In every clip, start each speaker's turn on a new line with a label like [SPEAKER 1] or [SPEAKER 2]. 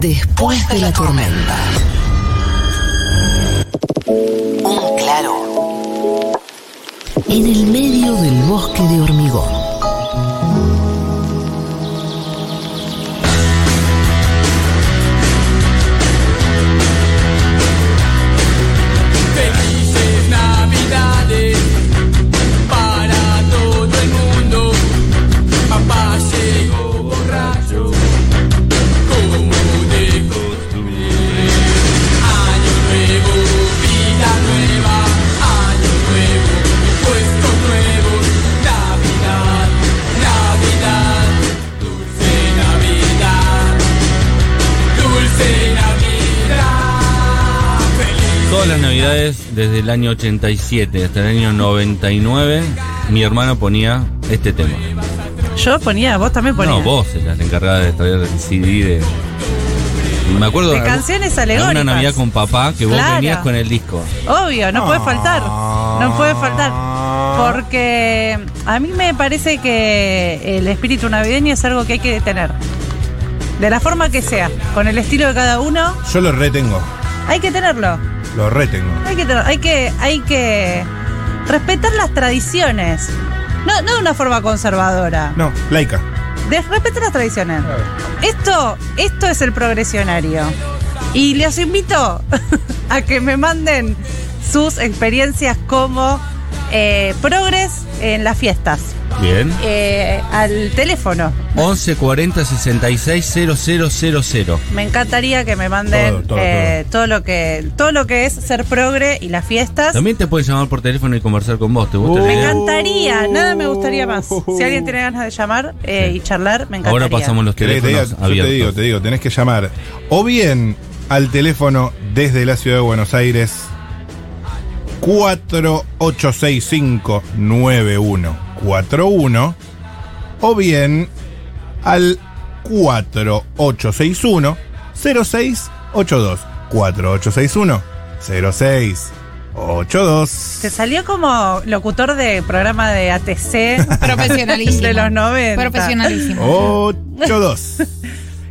[SPEAKER 1] Después de la tormenta. Un claro. En el medio del bosque de hormigón.
[SPEAKER 2] Felices Navidades para todo el mundo. Papá llegó borracho, como de costumbre. Año nuevo, vida nueva, año nuevo, puestos nuevos. Navidad, Navidad, dulce Navidad, dulce Navidad. Feliz
[SPEAKER 3] Todas las navidades desde el año 87 hasta el año 99, mi hermano ponía este tema.
[SPEAKER 4] Yo ponía, vos también ponías.
[SPEAKER 3] No, vos eras la encargada de traer el CD de. Me acuerdo
[SPEAKER 4] De
[SPEAKER 3] algún-
[SPEAKER 4] canciones
[SPEAKER 3] alguna
[SPEAKER 4] alegóricas.
[SPEAKER 3] navidad con papá que vos
[SPEAKER 4] Claro.
[SPEAKER 3] venías con el disco.
[SPEAKER 4] Obvio, no puede faltar. No puede faltar. Porque a mí me parece que el espíritu navideño es algo que hay que tener. De la forma que sea, con el estilo de cada uno,
[SPEAKER 5] Yo lo retengo,
[SPEAKER 4] hay que tenerlo.
[SPEAKER 5] lo retengo.
[SPEAKER 4] Hay que, tener- hay que, hay que respetar las tradiciones. No, no de una forma conservadora.
[SPEAKER 5] No, laica.
[SPEAKER 4] De respetar las tradiciones. Esto, esto es el progresionario. Y les invito a que me manden sus experiencias como eh, progres en las fiestas.
[SPEAKER 3] Bien.
[SPEAKER 4] Eh, al teléfono.
[SPEAKER 3] 11 40 66 000.
[SPEAKER 4] Me encantaría que me manden
[SPEAKER 5] Todo, todo,
[SPEAKER 4] eh, todo lo que todo lo que es ser progre y las fiestas.
[SPEAKER 3] También te pueden llamar por teléfono y conversar con vos. ¿Te gusta la
[SPEAKER 4] Me
[SPEAKER 3] idea?
[SPEAKER 4] encantaría, nada me gustaría más. Si alguien tiene ganas de llamar eh, y charlar, me encantaría.
[SPEAKER 3] Ahora pasamos los
[SPEAKER 5] ¿Querés que te
[SPEAKER 3] teléfonos
[SPEAKER 5] diga? yo
[SPEAKER 3] abiertos.
[SPEAKER 5] te digo, te digo, tenés que llamar o bien al teléfono desde la ciudad de Buenos Aires 48659141 o bien al 4861 0682 4861 0682
[SPEAKER 4] Te salió como locutor de programa de ATC
[SPEAKER 6] Profesionalísimo.
[SPEAKER 4] de los 90.
[SPEAKER 6] Profesionalísimo.
[SPEAKER 5] 82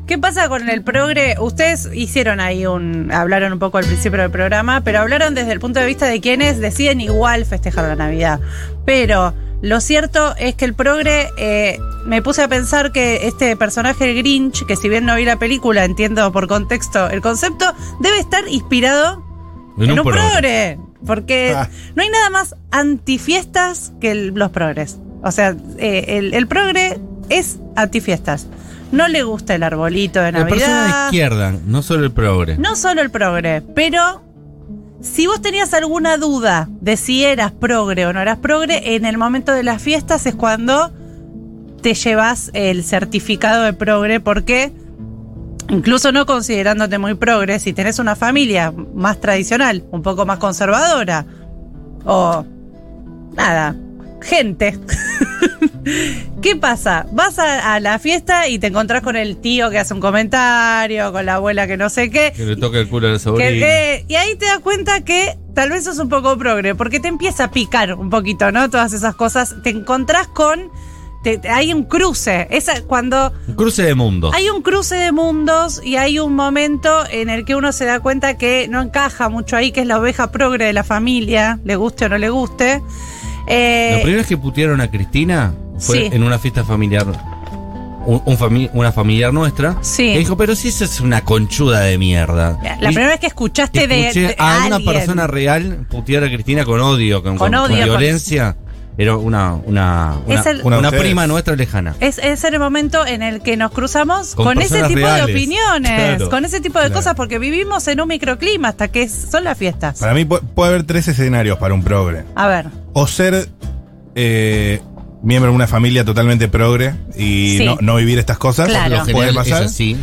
[SPEAKER 4] ¿Qué pasa con el progre? Ustedes hicieron ahí un. hablaron un poco al principio del programa, pero hablaron desde el punto de vista de quienes deciden igual festejar la Navidad. Pero lo cierto es que el progre. eh, me puse a pensar que este personaje, el Grinch, que si bien no vi la película, entiendo por contexto el concepto, debe estar inspirado en, un,
[SPEAKER 3] programa.
[SPEAKER 4] progre. Porque
[SPEAKER 5] Ah.
[SPEAKER 4] no hay nada más antifiestas que el- los progres. O sea, eh, el, el progre es antifiestas. No le gusta el arbolito de
[SPEAKER 3] La persona de
[SPEAKER 4] Navidad.
[SPEAKER 3] izquierda, no solo el progre.
[SPEAKER 4] no solo el progre, pero si vos tenías alguna duda de si eras progre o no eras progre, en el momento de las fiestas es cuando te llevas el certificado de progre porque incluso no considerándote muy progre, si tenés una familia más tradicional, un poco más conservadora o nada, gente. ¿Qué pasa? Vas a, a la fiesta y te encontrás con el tío que hace un comentario, con la abuela que no sé qué.
[SPEAKER 3] Que le toca el culo a la
[SPEAKER 4] Que-
[SPEAKER 3] sobrina.
[SPEAKER 4] que- y ahí te das cuenta que tal vez sos un poco progre, porque te empieza a picar un poquito, ¿no? Todas esas cosas. Te encontrás con. te- te- hay un cruce. Esa, cuando
[SPEAKER 3] Un cruce de mundos.
[SPEAKER 4] hay un cruce de mundos y hay un momento en el que uno se da cuenta que no encaja mucho ahí, que es la oveja progre de la familia, le guste o no le guste.
[SPEAKER 3] Lo
[SPEAKER 4] Eh,
[SPEAKER 3] primero es que putearon a Cristina fue
[SPEAKER 4] Sí.
[SPEAKER 3] en una fiesta familiar. un- un fami- una familiar nuestra.
[SPEAKER 4] Sí.
[SPEAKER 3] Que dijo, pero si esa es una conchuda de mierda.
[SPEAKER 4] la
[SPEAKER 3] Y
[SPEAKER 4] primera vez que escuchaste de,
[SPEAKER 3] escuché
[SPEAKER 4] de
[SPEAKER 3] a una
[SPEAKER 4] alguien.
[SPEAKER 3] persona real putear a Cristina con odio, con, con-
[SPEAKER 4] Con
[SPEAKER 3] con
[SPEAKER 4] odio, con-
[SPEAKER 3] violencia. Era una, una, una,
[SPEAKER 4] Es el-
[SPEAKER 3] una
[SPEAKER 5] Una de
[SPEAKER 3] prima
[SPEAKER 5] ustedes.
[SPEAKER 3] nuestra lejana.
[SPEAKER 4] Es, es el momento en el que nos cruzamos con,
[SPEAKER 3] Con
[SPEAKER 4] ese
[SPEAKER 3] personas
[SPEAKER 4] tipo de
[SPEAKER 3] reales.
[SPEAKER 4] opiniones,
[SPEAKER 3] Claro.
[SPEAKER 4] con ese tipo de
[SPEAKER 5] Claro.
[SPEAKER 4] cosas, porque vivimos en un microclima hasta que es- son las fiestas.
[SPEAKER 5] Para mí pu- puede haber tres escenarios para un progre.
[SPEAKER 4] A ver,
[SPEAKER 5] O ser eh, miembro de una familia totalmente progre y
[SPEAKER 4] Sí.
[SPEAKER 5] no, no vivir estas cosas.
[SPEAKER 4] Claro.
[SPEAKER 3] Lo
[SPEAKER 5] Puede
[SPEAKER 3] general es
[SPEAKER 5] pasar.
[SPEAKER 3] así.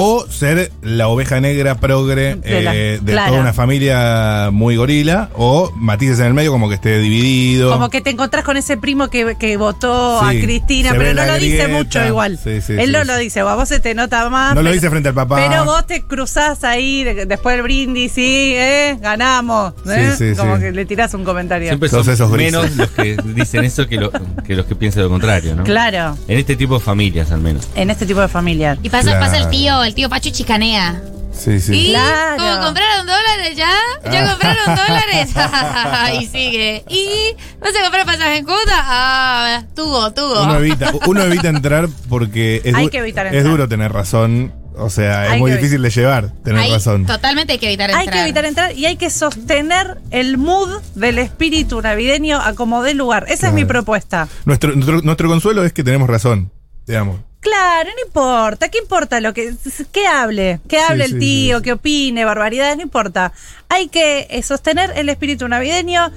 [SPEAKER 5] O ser la oveja negra progre
[SPEAKER 4] De la-
[SPEAKER 5] eh, de
[SPEAKER 4] claro.
[SPEAKER 5] toda una familia muy gorila. O matices en el medio como que esté dividido.
[SPEAKER 4] como que te encontrás con ese primo que, que votó
[SPEAKER 5] Sí,
[SPEAKER 4] a Cristina,
[SPEAKER 5] se
[SPEAKER 4] pero
[SPEAKER 5] ve
[SPEAKER 4] no
[SPEAKER 5] la
[SPEAKER 4] lo dice
[SPEAKER 5] grieta.
[SPEAKER 4] mucho igual.
[SPEAKER 5] Sí, sí,
[SPEAKER 4] Él
[SPEAKER 5] sí,
[SPEAKER 4] no
[SPEAKER 5] sí.
[SPEAKER 4] lo dice, o a vos se te nota más.
[SPEAKER 5] no lo
[SPEAKER 4] pero-
[SPEAKER 5] dice frente al papá.
[SPEAKER 4] Pero vos te cruzás ahí de- después del brindis, sí, ¿eh? Ganamos.
[SPEAKER 5] Sí,
[SPEAKER 4] ¿eh?
[SPEAKER 5] sí,
[SPEAKER 4] Como
[SPEAKER 5] sí.
[SPEAKER 4] que le tirás un comentario.
[SPEAKER 3] Siempre
[SPEAKER 5] Todos
[SPEAKER 3] son
[SPEAKER 5] esos grises.
[SPEAKER 3] menos los que dicen eso que, lo- que los que piensan lo contrario, ¿no?
[SPEAKER 4] Claro,
[SPEAKER 3] En este tipo de familias, al menos.
[SPEAKER 4] en este tipo de familia.
[SPEAKER 6] Y pasa,
[SPEAKER 5] Claro.
[SPEAKER 6] pasa el tío, el tío Pacho chicanea.
[SPEAKER 5] Sí, sí. Ah.
[SPEAKER 6] Y
[SPEAKER 4] Claro.
[SPEAKER 6] como compraron dólares ya, ya compraron dólares. y sigue. Y vas a comprar pasaje en cuota. Ah, tuvo, tuvo.
[SPEAKER 5] Uno evita, uno evita entrar porque es,
[SPEAKER 4] Hay
[SPEAKER 5] du-
[SPEAKER 4] que evitar
[SPEAKER 5] es
[SPEAKER 4] entrar.
[SPEAKER 5] duro tener razón. O sea, es
[SPEAKER 4] Hay
[SPEAKER 5] muy
[SPEAKER 4] que
[SPEAKER 5] difícil de llevar tener
[SPEAKER 6] Ahí
[SPEAKER 5] razón.
[SPEAKER 6] Totalmente hay que evitar
[SPEAKER 4] Hay
[SPEAKER 6] entrar.
[SPEAKER 4] que evitar entrar y hay que sostener el mood del espíritu navideño a como dé lugar. Esa es mi
[SPEAKER 5] Claro.
[SPEAKER 4] propuesta.
[SPEAKER 5] Nuestro, nuestro, nuestro consuelo es que tenemos razón, digamos.
[SPEAKER 4] Claro, no importa, ¿qué importa lo que que hable? Que hable el
[SPEAKER 5] sí, sí,
[SPEAKER 4] tío,
[SPEAKER 5] sí.
[SPEAKER 4] que opine, barbaridades, no importa. Hay que eh, sostener el espíritu navideño,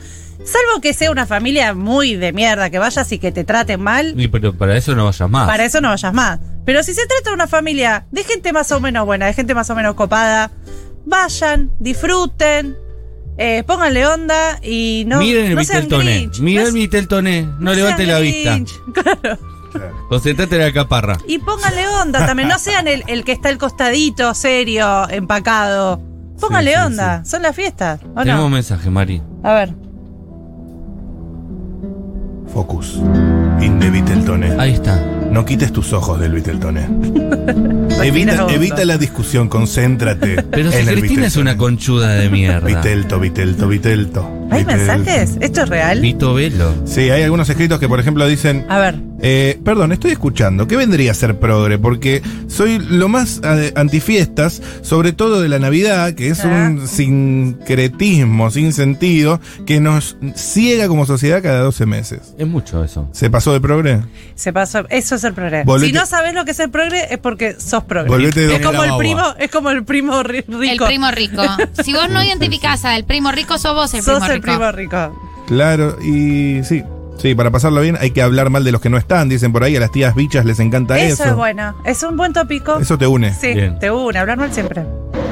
[SPEAKER 4] salvo que sea una familia muy de mierda que vayas y que te traten mal,
[SPEAKER 3] Y pero para eso no vayas más.
[SPEAKER 4] para eso no vayas más. Pero si se trata de una familia de gente más o menos buena, de gente más o menos copada, vayan, disfruten, eh, pónganle onda y no,
[SPEAKER 3] Miren el
[SPEAKER 4] no sean
[SPEAKER 3] Vitel Toné.
[SPEAKER 4] grinch.
[SPEAKER 3] Miren
[SPEAKER 4] No-
[SPEAKER 3] el Vitel Toné. No,
[SPEAKER 4] sean
[SPEAKER 3] levante la vista.
[SPEAKER 4] grinch. Claro.
[SPEAKER 3] Concentrate en la caparra.
[SPEAKER 4] Y póngale onda también, no sean el, el que está al costadito, serio, empacado. Póngale
[SPEAKER 5] Sí, sí,
[SPEAKER 4] onda, son las fiestas, ¿o
[SPEAKER 3] Tenemos
[SPEAKER 4] no?
[SPEAKER 3] mensaje, Mari.
[SPEAKER 4] A ver,
[SPEAKER 5] Focus. In the Beatletone.
[SPEAKER 3] Ahí está.
[SPEAKER 5] No quites tus ojos del Beatletone.
[SPEAKER 4] Imagina
[SPEAKER 5] evita,
[SPEAKER 4] vos.
[SPEAKER 5] evita la discusión, concéntrate.
[SPEAKER 3] Pero si
[SPEAKER 5] en el
[SPEAKER 3] Cristina es
[SPEAKER 5] Beatletone.
[SPEAKER 3] una conchuda de mierda.
[SPEAKER 5] Vitelto, Vitelto, Vitelto.
[SPEAKER 4] ¿hay
[SPEAKER 5] Vitelto.
[SPEAKER 4] mensajes? ¿Esto es real?
[SPEAKER 3] Vito Velo.
[SPEAKER 5] Sí, hay algunos escritos que, por ejemplo, dicen.
[SPEAKER 4] A ver,
[SPEAKER 5] Eh, perdón, estoy escuchando. ¿Qué vendría a ser progre? Porque soy lo más eh, antifiestas, sobre todo de la Navidad, que es
[SPEAKER 4] Ah.
[SPEAKER 5] un sincretismo sin sentido que nos ciega como sociedad cada 12 meses.
[SPEAKER 3] Es mucho eso.
[SPEAKER 5] ¿Se pasó de progre?
[SPEAKER 4] se pasó, eso es el progre.
[SPEAKER 5] Volvete-
[SPEAKER 4] Si no sabés lo que es el progre, es porque sos progre.
[SPEAKER 5] Volvete
[SPEAKER 4] es
[SPEAKER 5] de-
[SPEAKER 4] como el
[SPEAKER 3] la
[SPEAKER 4] primo, es como el primo ri-
[SPEAKER 6] El
[SPEAKER 4] rico.
[SPEAKER 6] primo rico. Si vos no identificás al primo rico, sos vos el
[SPEAKER 4] sos
[SPEAKER 6] primo
[SPEAKER 4] el
[SPEAKER 6] rico.
[SPEAKER 4] primo rico.
[SPEAKER 5] Claro, y sí. Sí, para pasarlo bien hay que hablar mal de los que no están. Dicen por ahí, a las tías bichas les encanta
[SPEAKER 4] Eso
[SPEAKER 5] eso.
[SPEAKER 4] es bueno, es un buen tópico.
[SPEAKER 5] Eso te une.
[SPEAKER 4] Sí,
[SPEAKER 3] Bien.
[SPEAKER 4] te une, hablar mal siempre.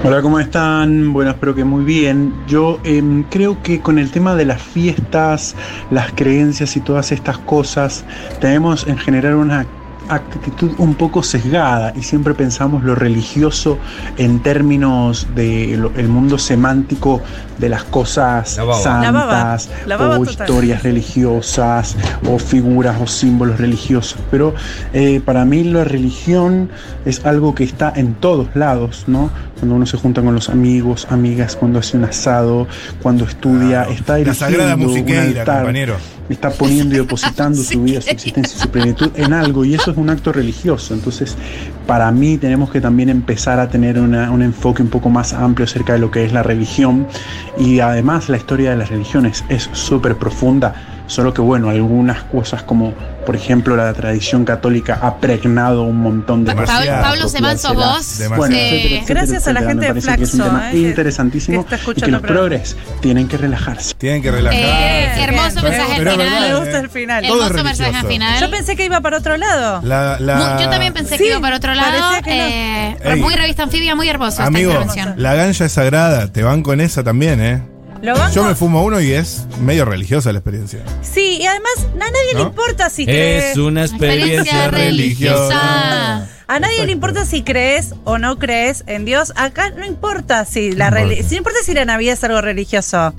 [SPEAKER 7] Hola, ¿cómo están? Bueno, espero que muy bien. Yo em, creo que con el tema de las fiestas, las creencias y todas estas cosas, tenemos en general una actitud un poco sesgada y siempre pensamos lo religioso en términos del mundo semántico de las cosas
[SPEAKER 3] La baba.
[SPEAKER 7] santas
[SPEAKER 4] La baba. La baba
[SPEAKER 7] o
[SPEAKER 4] total.
[SPEAKER 7] historias religiosas o figuras o símbolos religiosos, pero eh, para mí la religión es algo que está en todos lados, ¿no? Cuando uno se junta con los amigos, amigas, cuando hace un asado, cuando estudia, está
[SPEAKER 5] La sagrada
[SPEAKER 7] erigiendo un
[SPEAKER 5] musiqueira,
[SPEAKER 7] altar,
[SPEAKER 5] compañero.
[SPEAKER 7] está poniendo y depositando su vida, su existencia y su plenitud en algo, y eso es un acto religioso. Entonces, para mí tenemos que también empezar a tener una- un enfoque un poco más amplio acerca de lo que es la religión, y además la historia de las religiones es súper profunda, solo que bueno, algunas cosas como, por ejemplo, la tradición católica ha pregnado un montón de
[SPEAKER 6] Pa-
[SPEAKER 5] Demasiado.
[SPEAKER 6] Pablo, Pablo Semán, sos
[SPEAKER 7] Demasiado.
[SPEAKER 6] vos.
[SPEAKER 5] Demasiado.
[SPEAKER 7] Bueno,
[SPEAKER 6] Eh,
[SPEAKER 7] etcétera, etcétera,
[SPEAKER 4] Gracias a la
[SPEAKER 7] etcétera.
[SPEAKER 4] gente
[SPEAKER 7] Me
[SPEAKER 4] de
[SPEAKER 7] parece que es un
[SPEAKER 4] Flaxo,
[SPEAKER 7] tema
[SPEAKER 4] eh, que-
[SPEAKER 7] interesantísimo
[SPEAKER 4] que está
[SPEAKER 7] y que
[SPEAKER 4] escuchando
[SPEAKER 7] los
[SPEAKER 4] el programa.
[SPEAKER 7] progres tienen que relajarse.
[SPEAKER 5] Tienen que
[SPEAKER 6] Eh,
[SPEAKER 5] relajarse.
[SPEAKER 6] hermoso
[SPEAKER 5] Pero-
[SPEAKER 6] mensaje
[SPEAKER 5] pero
[SPEAKER 6] al
[SPEAKER 5] es
[SPEAKER 6] final.
[SPEAKER 5] verdad,
[SPEAKER 4] Me gusta
[SPEAKER 5] eh.
[SPEAKER 4] el final.
[SPEAKER 5] Todo es
[SPEAKER 6] Hermoso mensaje al
[SPEAKER 5] religioso.
[SPEAKER 6] final.
[SPEAKER 4] Yo pensé que iba para otro lado.
[SPEAKER 5] La- la-
[SPEAKER 6] Mu- Yo también pensé
[SPEAKER 4] Sí,
[SPEAKER 6] que iba para otro lado.
[SPEAKER 4] parecía que no.
[SPEAKER 6] eh,
[SPEAKER 5] Ah. Ey.
[SPEAKER 6] muy revista anfibia, muy hermoso
[SPEAKER 5] Amigo,
[SPEAKER 6] esta intervención.
[SPEAKER 5] la ganja es sagrada, te van con esa también, ¿eh?
[SPEAKER 4] Lo banco.
[SPEAKER 5] Yo me fumo uno y es medio religiosa la experiencia.
[SPEAKER 4] Sí, y además a nadie le
[SPEAKER 5] ¿No?
[SPEAKER 4] importa si crees.
[SPEAKER 3] Es una experiencia
[SPEAKER 6] Experiencia
[SPEAKER 3] religiosa.
[SPEAKER 6] religiosa.
[SPEAKER 4] A nadie le importa si crees o no crees en Dios. Acá no importa si la
[SPEAKER 5] No
[SPEAKER 4] reli-
[SPEAKER 5] importa.
[SPEAKER 4] si no importa si la Navidad es algo religioso.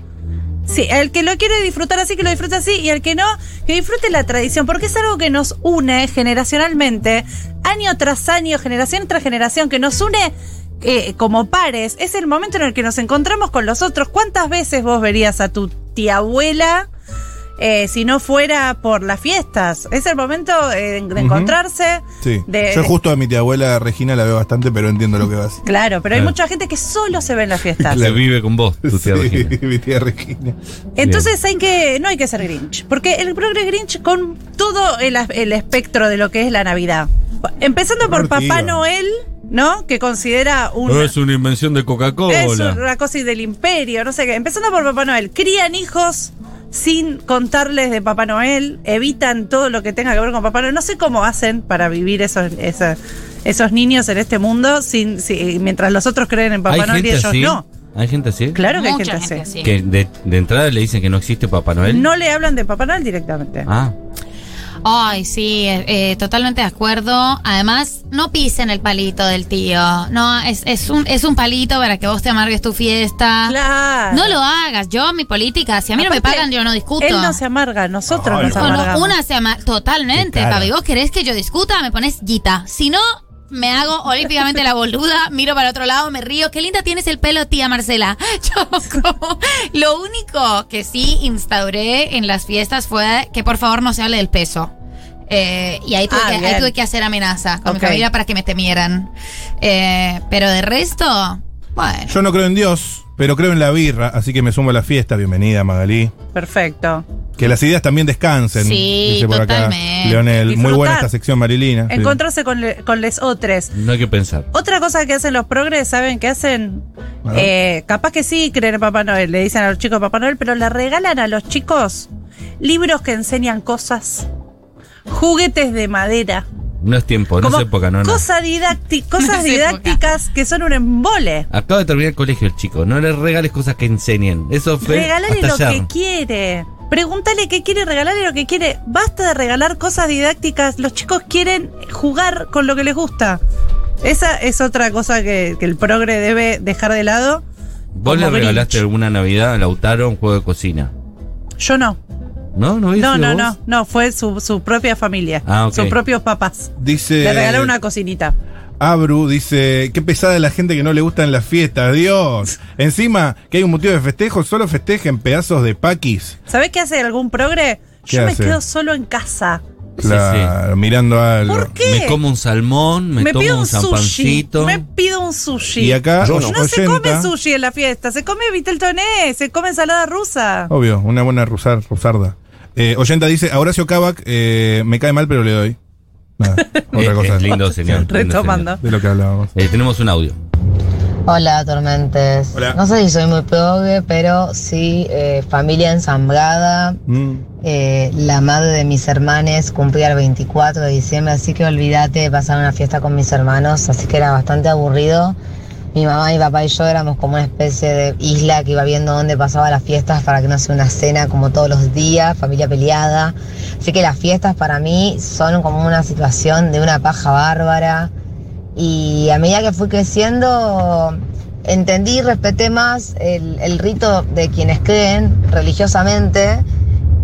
[SPEAKER 4] Sí, el que lo quiere disfrutar así, que lo disfrute así, y el que no, que disfrute la tradición, porque es algo que nos une generacionalmente, año tras año, generación tras generación, que nos une eh, como pares. Es el momento en el que nos encontramos con los otros. ¿Cuántas veces vos verías a tu tía abuela eh, si no fuera por las fiestas? Es el momento eh, de encontrarse.
[SPEAKER 5] Sí.
[SPEAKER 4] De-
[SPEAKER 5] Yo justo a mi tía abuela Regina la veo bastante, pero entiendo lo que vas.
[SPEAKER 4] Claro, pero hay
[SPEAKER 3] Claro.
[SPEAKER 4] mucha gente que solo se ve en las fiestas.
[SPEAKER 3] Se vive con vos, tu tía
[SPEAKER 5] Sí,
[SPEAKER 3] Regina.
[SPEAKER 5] mi tía Regina.
[SPEAKER 4] Entonces hay que, no hay que ser Grinch, porque el progre Grinch con todo el, as- el espectro de lo que es la Navidad. Empezando por
[SPEAKER 5] Divertido.
[SPEAKER 4] Papá Noel, ¿no? Que considera un...
[SPEAKER 3] Es una invención de
[SPEAKER 4] Es
[SPEAKER 3] Coca-Cola.
[SPEAKER 4] una cosa del imperio, no sé qué. Empezando por Papá Noel, crían hijos sin contarles de Papá Noel, evitan todo lo que tenga que ver con Papá Noel. No sé cómo hacen para vivir esos, esa- esos niños en este mundo sin, si- mientras los otros creen en
[SPEAKER 3] ¿Hay
[SPEAKER 4] Papá Noel
[SPEAKER 3] gente
[SPEAKER 4] y ellos
[SPEAKER 3] así?
[SPEAKER 4] no.
[SPEAKER 3] ¿Hay gente así?
[SPEAKER 4] Claro que hay
[SPEAKER 6] Mucha
[SPEAKER 4] gente, así.
[SPEAKER 6] así.
[SPEAKER 3] Que de, de entrada le dicen que no existe Papá Noel.
[SPEAKER 4] No le hablan de Papá Noel directamente.
[SPEAKER 3] Ah,
[SPEAKER 6] Ay, sí, eh, eh, totalmente de acuerdo. Además, no pisen el palito del tío. No, es, es, un, es un palito para que vos te amargues tu fiesta.
[SPEAKER 4] Claro.
[SPEAKER 6] No lo hagas. Yo, mi política, si a mí no me
[SPEAKER 4] Aparte,
[SPEAKER 6] pagan, yo no discuto.
[SPEAKER 4] Él no se amarga, nosotros
[SPEAKER 5] Ay,
[SPEAKER 4] nos
[SPEAKER 6] Bueno,
[SPEAKER 4] amargamos.
[SPEAKER 6] una se ama- Totalmente,
[SPEAKER 5] Qué cara.
[SPEAKER 6] Fabi. ¿Vos querés que yo discuta? Me pones guita. Si no, me hago olímpicamente la boluda, miro para otro lado, me río. Qué linda tienes el pelo, tía Marcela. Yo como, lo único que sí instauré en las fiestas fue que por favor no se hable del peso. Eh, y ahí tuve,
[SPEAKER 4] Ah,
[SPEAKER 6] que, ahí
[SPEAKER 4] bien.
[SPEAKER 6] tuve que hacer amenazas con
[SPEAKER 4] Ok.
[SPEAKER 6] mi familia para que me temieran. Eh, pero de resto, bueno.
[SPEAKER 5] Yo no creo en Dios, pero creo en la birra, así que me sumo a la fiesta. Bienvenida, Magalí.
[SPEAKER 4] Perfecto.
[SPEAKER 5] Que las ideas también descansen.
[SPEAKER 6] Sí,
[SPEAKER 5] dice por acá
[SPEAKER 6] totalmente.
[SPEAKER 5] Leonel. Muy
[SPEAKER 4] Disfrutar.
[SPEAKER 5] buena esta sección, Marilina. Sí.
[SPEAKER 4] Encontrarse con, le- con les otros.
[SPEAKER 3] No hay que pensar.
[SPEAKER 4] Otra cosa que hacen los progres, ¿saben qué hacen?
[SPEAKER 5] A ver.
[SPEAKER 4] Eh, capaz que sí creen en Papá Noel, le dicen a los chicos Papá Noel, pero le regalan a los chicos libros que enseñan cosas, juguetes de madera.
[SPEAKER 3] No es tiempo, no
[SPEAKER 4] Como
[SPEAKER 3] es época, no, no.
[SPEAKER 4] cosa didacti-
[SPEAKER 6] No
[SPEAKER 4] cosas
[SPEAKER 6] es época.
[SPEAKER 4] didácticas que son un embole.
[SPEAKER 3] Acaba de terminar el colegio el chico. No le regales cosas que enseñen. Eso fue
[SPEAKER 4] Regalarle
[SPEAKER 3] hasta
[SPEAKER 4] lo
[SPEAKER 3] ayer.
[SPEAKER 4] que quiere. Pregúntale qué quiere, regalarle lo que quiere. Basta de regalar cosas didácticas. Los chicos quieren jugar con lo que les gusta. Esa es otra cosa que, que el progre debe dejar de lado.
[SPEAKER 3] ¿Vos le
[SPEAKER 4] Como
[SPEAKER 3] regalaste
[SPEAKER 4] Grinch.
[SPEAKER 3] alguna Navidad a Lautaro un juego de cocina?
[SPEAKER 4] Yo no.
[SPEAKER 3] ¿No? ¿No habías
[SPEAKER 4] No,
[SPEAKER 3] sido
[SPEAKER 4] no,
[SPEAKER 3] vos?
[SPEAKER 4] no. No, fue su, su propia familia.
[SPEAKER 3] Ah, ok. Eh,
[SPEAKER 4] Sus propios papás.
[SPEAKER 5] Dice.
[SPEAKER 4] Le regalaron una cocinita.
[SPEAKER 5] Abru dice, qué pesada la gente que no le gustan las fiestas, Dios. Encima, que hay un motivo de festejo, solo festejen pedazos de paquis.
[SPEAKER 4] ¿Sabés qué hace algún progre?
[SPEAKER 5] ¿Qué
[SPEAKER 4] Yo
[SPEAKER 5] hace?
[SPEAKER 4] me quedo solo en casa.
[SPEAKER 3] Sí,
[SPEAKER 5] Claro, mirando algo.
[SPEAKER 4] ¿Por qué?
[SPEAKER 3] Me como un salmón, me, tomo
[SPEAKER 4] pido
[SPEAKER 3] un
[SPEAKER 4] sushi.
[SPEAKER 3] zampancito.
[SPEAKER 4] Me pido un sushi.
[SPEAKER 5] Y acá,
[SPEAKER 4] no,
[SPEAKER 5] os-
[SPEAKER 4] se come
[SPEAKER 5] oyenta-
[SPEAKER 4] sushi en la fiesta, se come vitel toné, se come ensalada rusa.
[SPEAKER 3] Oh,
[SPEAKER 5] Obvio, una buena rusar, rusarda. Eh, oyenta dice, a Horacio Cabac eh, me cae mal, pero le doy. Nada,
[SPEAKER 3] Eh,
[SPEAKER 5] otra cosa.
[SPEAKER 3] es lindo señor. lindo
[SPEAKER 4] Retomando.
[SPEAKER 5] De lo que hablábamos.
[SPEAKER 3] señor. Eh, tenemos un audio.
[SPEAKER 8] Hola, Tormentes.
[SPEAKER 5] Hola.
[SPEAKER 8] No sé si soy muy progre, pero sí, eh, familia ensamblada.
[SPEAKER 5] Mm.
[SPEAKER 8] Eh, la madre de mis hermanes cumplía el 24 de diciembre, así que olvídate de pasar una fiesta con mis hermanos, así que era bastante aburrido. Mi mamá, mi papá y yo éramos como una especie de isla que iba viendo dónde pasaba las fiestas para que no sea una cena como todos los días, familia peleada. Así que las fiestas para mí son como una situación de una paja bárbara. Y a medida que fui creciendo, entendí y respeté más el, el rito de quienes creen religiosamente.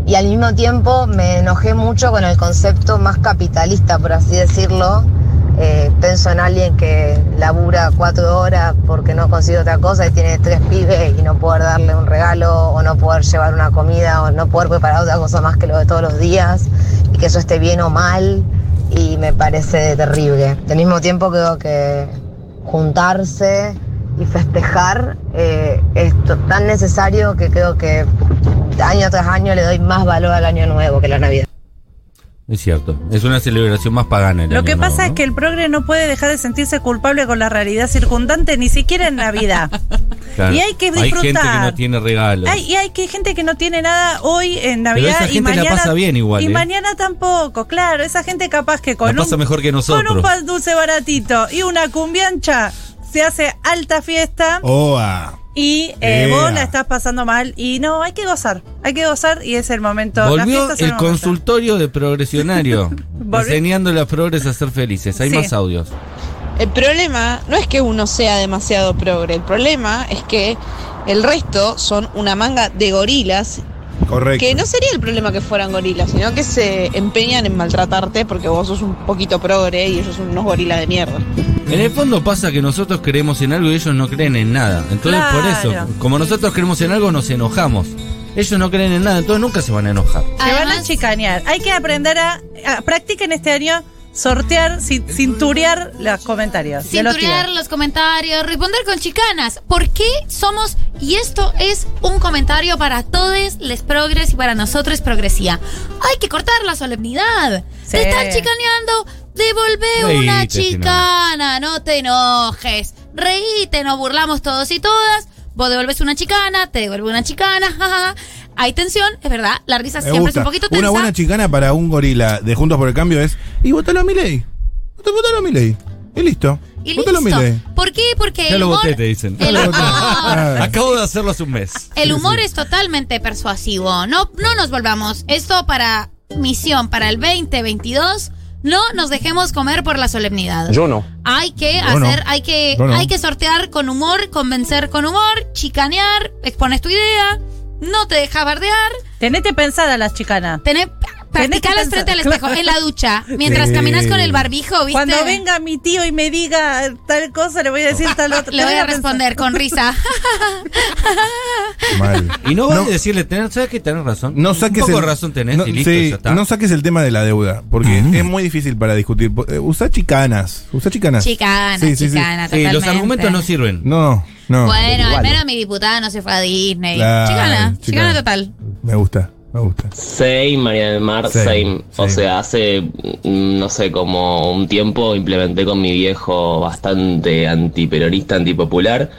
[SPEAKER 8] Y al mismo tiempo me enojé mucho con el concepto más capitalista, por así decirlo. Eh, pienso en alguien que labura cuatro horas porque no consigue otra cosa y tiene tres pibes y no poder darle un regalo o no poder llevar una comida o no poder preparar otra cosa más que lo de todos los días y que eso esté bien o mal y me parece terrible. Al mismo tiempo creo que juntarse y festejar eh, es to- tan necesario que creo que año tras año le doy más valor al año nuevo que la Navidad.
[SPEAKER 3] Es cierto. Es una celebración más pagana. el
[SPEAKER 4] Lo que
[SPEAKER 3] año
[SPEAKER 4] pasa
[SPEAKER 3] nuevo,
[SPEAKER 4] es
[SPEAKER 3] ¿no?
[SPEAKER 4] que el progre no puede dejar de sentirse culpable con la realidad circundante, ni siquiera en Navidad.
[SPEAKER 3] Claro.
[SPEAKER 4] y hay que disfrutar.
[SPEAKER 3] gente que no tiene regalos.
[SPEAKER 4] Hay, y hay que gente que no tiene nada hoy en Navidad
[SPEAKER 3] esa
[SPEAKER 4] y
[SPEAKER 3] gente la
[SPEAKER 4] mañana
[SPEAKER 3] pasa bien igual,
[SPEAKER 4] y
[SPEAKER 3] ¿eh?
[SPEAKER 4] mañana tampoco, claro, esa gente capaz que con
[SPEAKER 3] La pasa
[SPEAKER 4] un
[SPEAKER 3] mejor que nosotros.
[SPEAKER 4] con un pan dulce baratito y una cumbiancha se hace alta fiesta.
[SPEAKER 5] Oa.
[SPEAKER 4] Y eh,
[SPEAKER 5] Ea.
[SPEAKER 4] vos la estás pasando mal y no, hay que gozar, hay que gozar y es el momento. Las
[SPEAKER 3] Volvió
[SPEAKER 4] fiestas son
[SPEAKER 3] el
[SPEAKER 4] momento.
[SPEAKER 3] consultorio de progresionario.
[SPEAKER 4] Volvió.
[SPEAKER 3] enseñándole a progres a ser felices. Hay
[SPEAKER 4] Sí.
[SPEAKER 3] más audios.
[SPEAKER 9] El problema no es que uno sea demasiado progre, el problema es que el resto son una manga de gorilas,
[SPEAKER 5] Correcto.
[SPEAKER 9] que no sería el problema que fueran gorilas, sino que se empeñan en maltratarte porque vos sos un poquito progre y ellos son unos gorilas de mierda.
[SPEAKER 3] En el fondo pasa que nosotros creemos en algo y ellos no creen en nada. Entonces, por
[SPEAKER 4] Claro.
[SPEAKER 3] eso, como nosotros creemos en algo, nos enojamos. Ellos no creen en nada, entonces nunca se van a enojar.
[SPEAKER 4] Te van a
[SPEAKER 6] Además-
[SPEAKER 4] chicanear. Hay que aprender a, a- practiquen este año sortear, cin- cinturear los comentarios. de los
[SPEAKER 6] Cinturear
[SPEAKER 4] tíos.
[SPEAKER 6] los comentarios, responder con chicanas. ¿Por qué somos? Y esto es un comentario para todos les progres y para nosotros progresía. Hay que cortar la solemnidad.
[SPEAKER 4] Sí.
[SPEAKER 6] Te están chicaneando. Devolve
[SPEAKER 3] Reíte,
[SPEAKER 6] una
[SPEAKER 3] si no.
[SPEAKER 6] chicana. No te enojes. Reíte, nos burlamos todos y todas. Vos devolves una chicana, te devuelve una chicana. jajaja. Hay tensión, es verdad. La risa
[SPEAKER 5] Me
[SPEAKER 6] siempre es
[SPEAKER 5] gusta.
[SPEAKER 6] un poquito tensa.
[SPEAKER 5] Una buena chicana para un gorila de Juntos por el Cambio es, y votalo a Milei. Vot- Votalo a Milei. Y listo.
[SPEAKER 6] y
[SPEAKER 5] votalo a
[SPEAKER 6] listo.
[SPEAKER 5] Milei.
[SPEAKER 6] ¿Por qué? Porque
[SPEAKER 3] Ya
[SPEAKER 6] el
[SPEAKER 3] lo
[SPEAKER 6] humor-
[SPEAKER 3] voté, te dicen.
[SPEAKER 6] el
[SPEAKER 5] Ya lo
[SPEAKER 6] humor-
[SPEAKER 5] voté. Ah.
[SPEAKER 3] Acabo de hacerlo hace un mes.
[SPEAKER 6] El humor es totalmente persuasivo. No, no nos volvamos. Esto para misión para el 2022. No nos dejemos comer por la solemnidad.
[SPEAKER 10] Yo no.
[SPEAKER 6] Hay que
[SPEAKER 5] Yo no.
[SPEAKER 6] hacer, hay que,
[SPEAKER 5] Yo no.
[SPEAKER 6] hay que sortear con humor, convencer con humor, chicanear, expones tu idea, no te dejas bardear,
[SPEAKER 4] Tenete pensada las chicanas.
[SPEAKER 6] tener
[SPEAKER 4] Tenés que
[SPEAKER 6] Practicalas frente al
[SPEAKER 4] pensar,
[SPEAKER 6] espejo,
[SPEAKER 4] claro.
[SPEAKER 6] en la ducha, mientras
[SPEAKER 5] Sí.
[SPEAKER 6] caminas con el barbijo, ¿viste?
[SPEAKER 4] Cuando venga mi tío y me diga tal cosa, le voy a decir tal otra.
[SPEAKER 6] Le voy a responder con risa.
[SPEAKER 5] Mal.
[SPEAKER 3] Y no vas
[SPEAKER 5] No.
[SPEAKER 3] a decirle, tenés, ¿sabes que tenés razón?
[SPEAKER 5] No saques
[SPEAKER 3] Un poco
[SPEAKER 5] el-
[SPEAKER 3] razón tenés
[SPEAKER 5] no,
[SPEAKER 3] y listo,
[SPEAKER 5] sí,
[SPEAKER 3] ya está.
[SPEAKER 5] no saques el tema de la deuda, porque es muy difícil para discutir. Eh, Usa chicanas, usa chicanas.
[SPEAKER 6] Chicana,
[SPEAKER 5] Sí, sí, sí.
[SPEAKER 6] chicana,
[SPEAKER 3] Sí, los
[SPEAKER 6] totalmente.
[SPEAKER 3] argumentos no sirven.
[SPEAKER 5] No, no.
[SPEAKER 6] Bueno, al menos mi diputada no se fue a Disney.
[SPEAKER 5] Claro,
[SPEAKER 6] chicana,
[SPEAKER 5] chicana.
[SPEAKER 6] chicana total.
[SPEAKER 5] Me gusta, me gusta.
[SPEAKER 10] Same, María del Mar,
[SPEAKER 5] Same,
[SPEAKER 10] same. O
[SPEAKER 5] same.
[SPEAKER 10] sea, hace, mm, no sé, como un tiempo implementé con mi viejo bastante antiperonista, antipopular.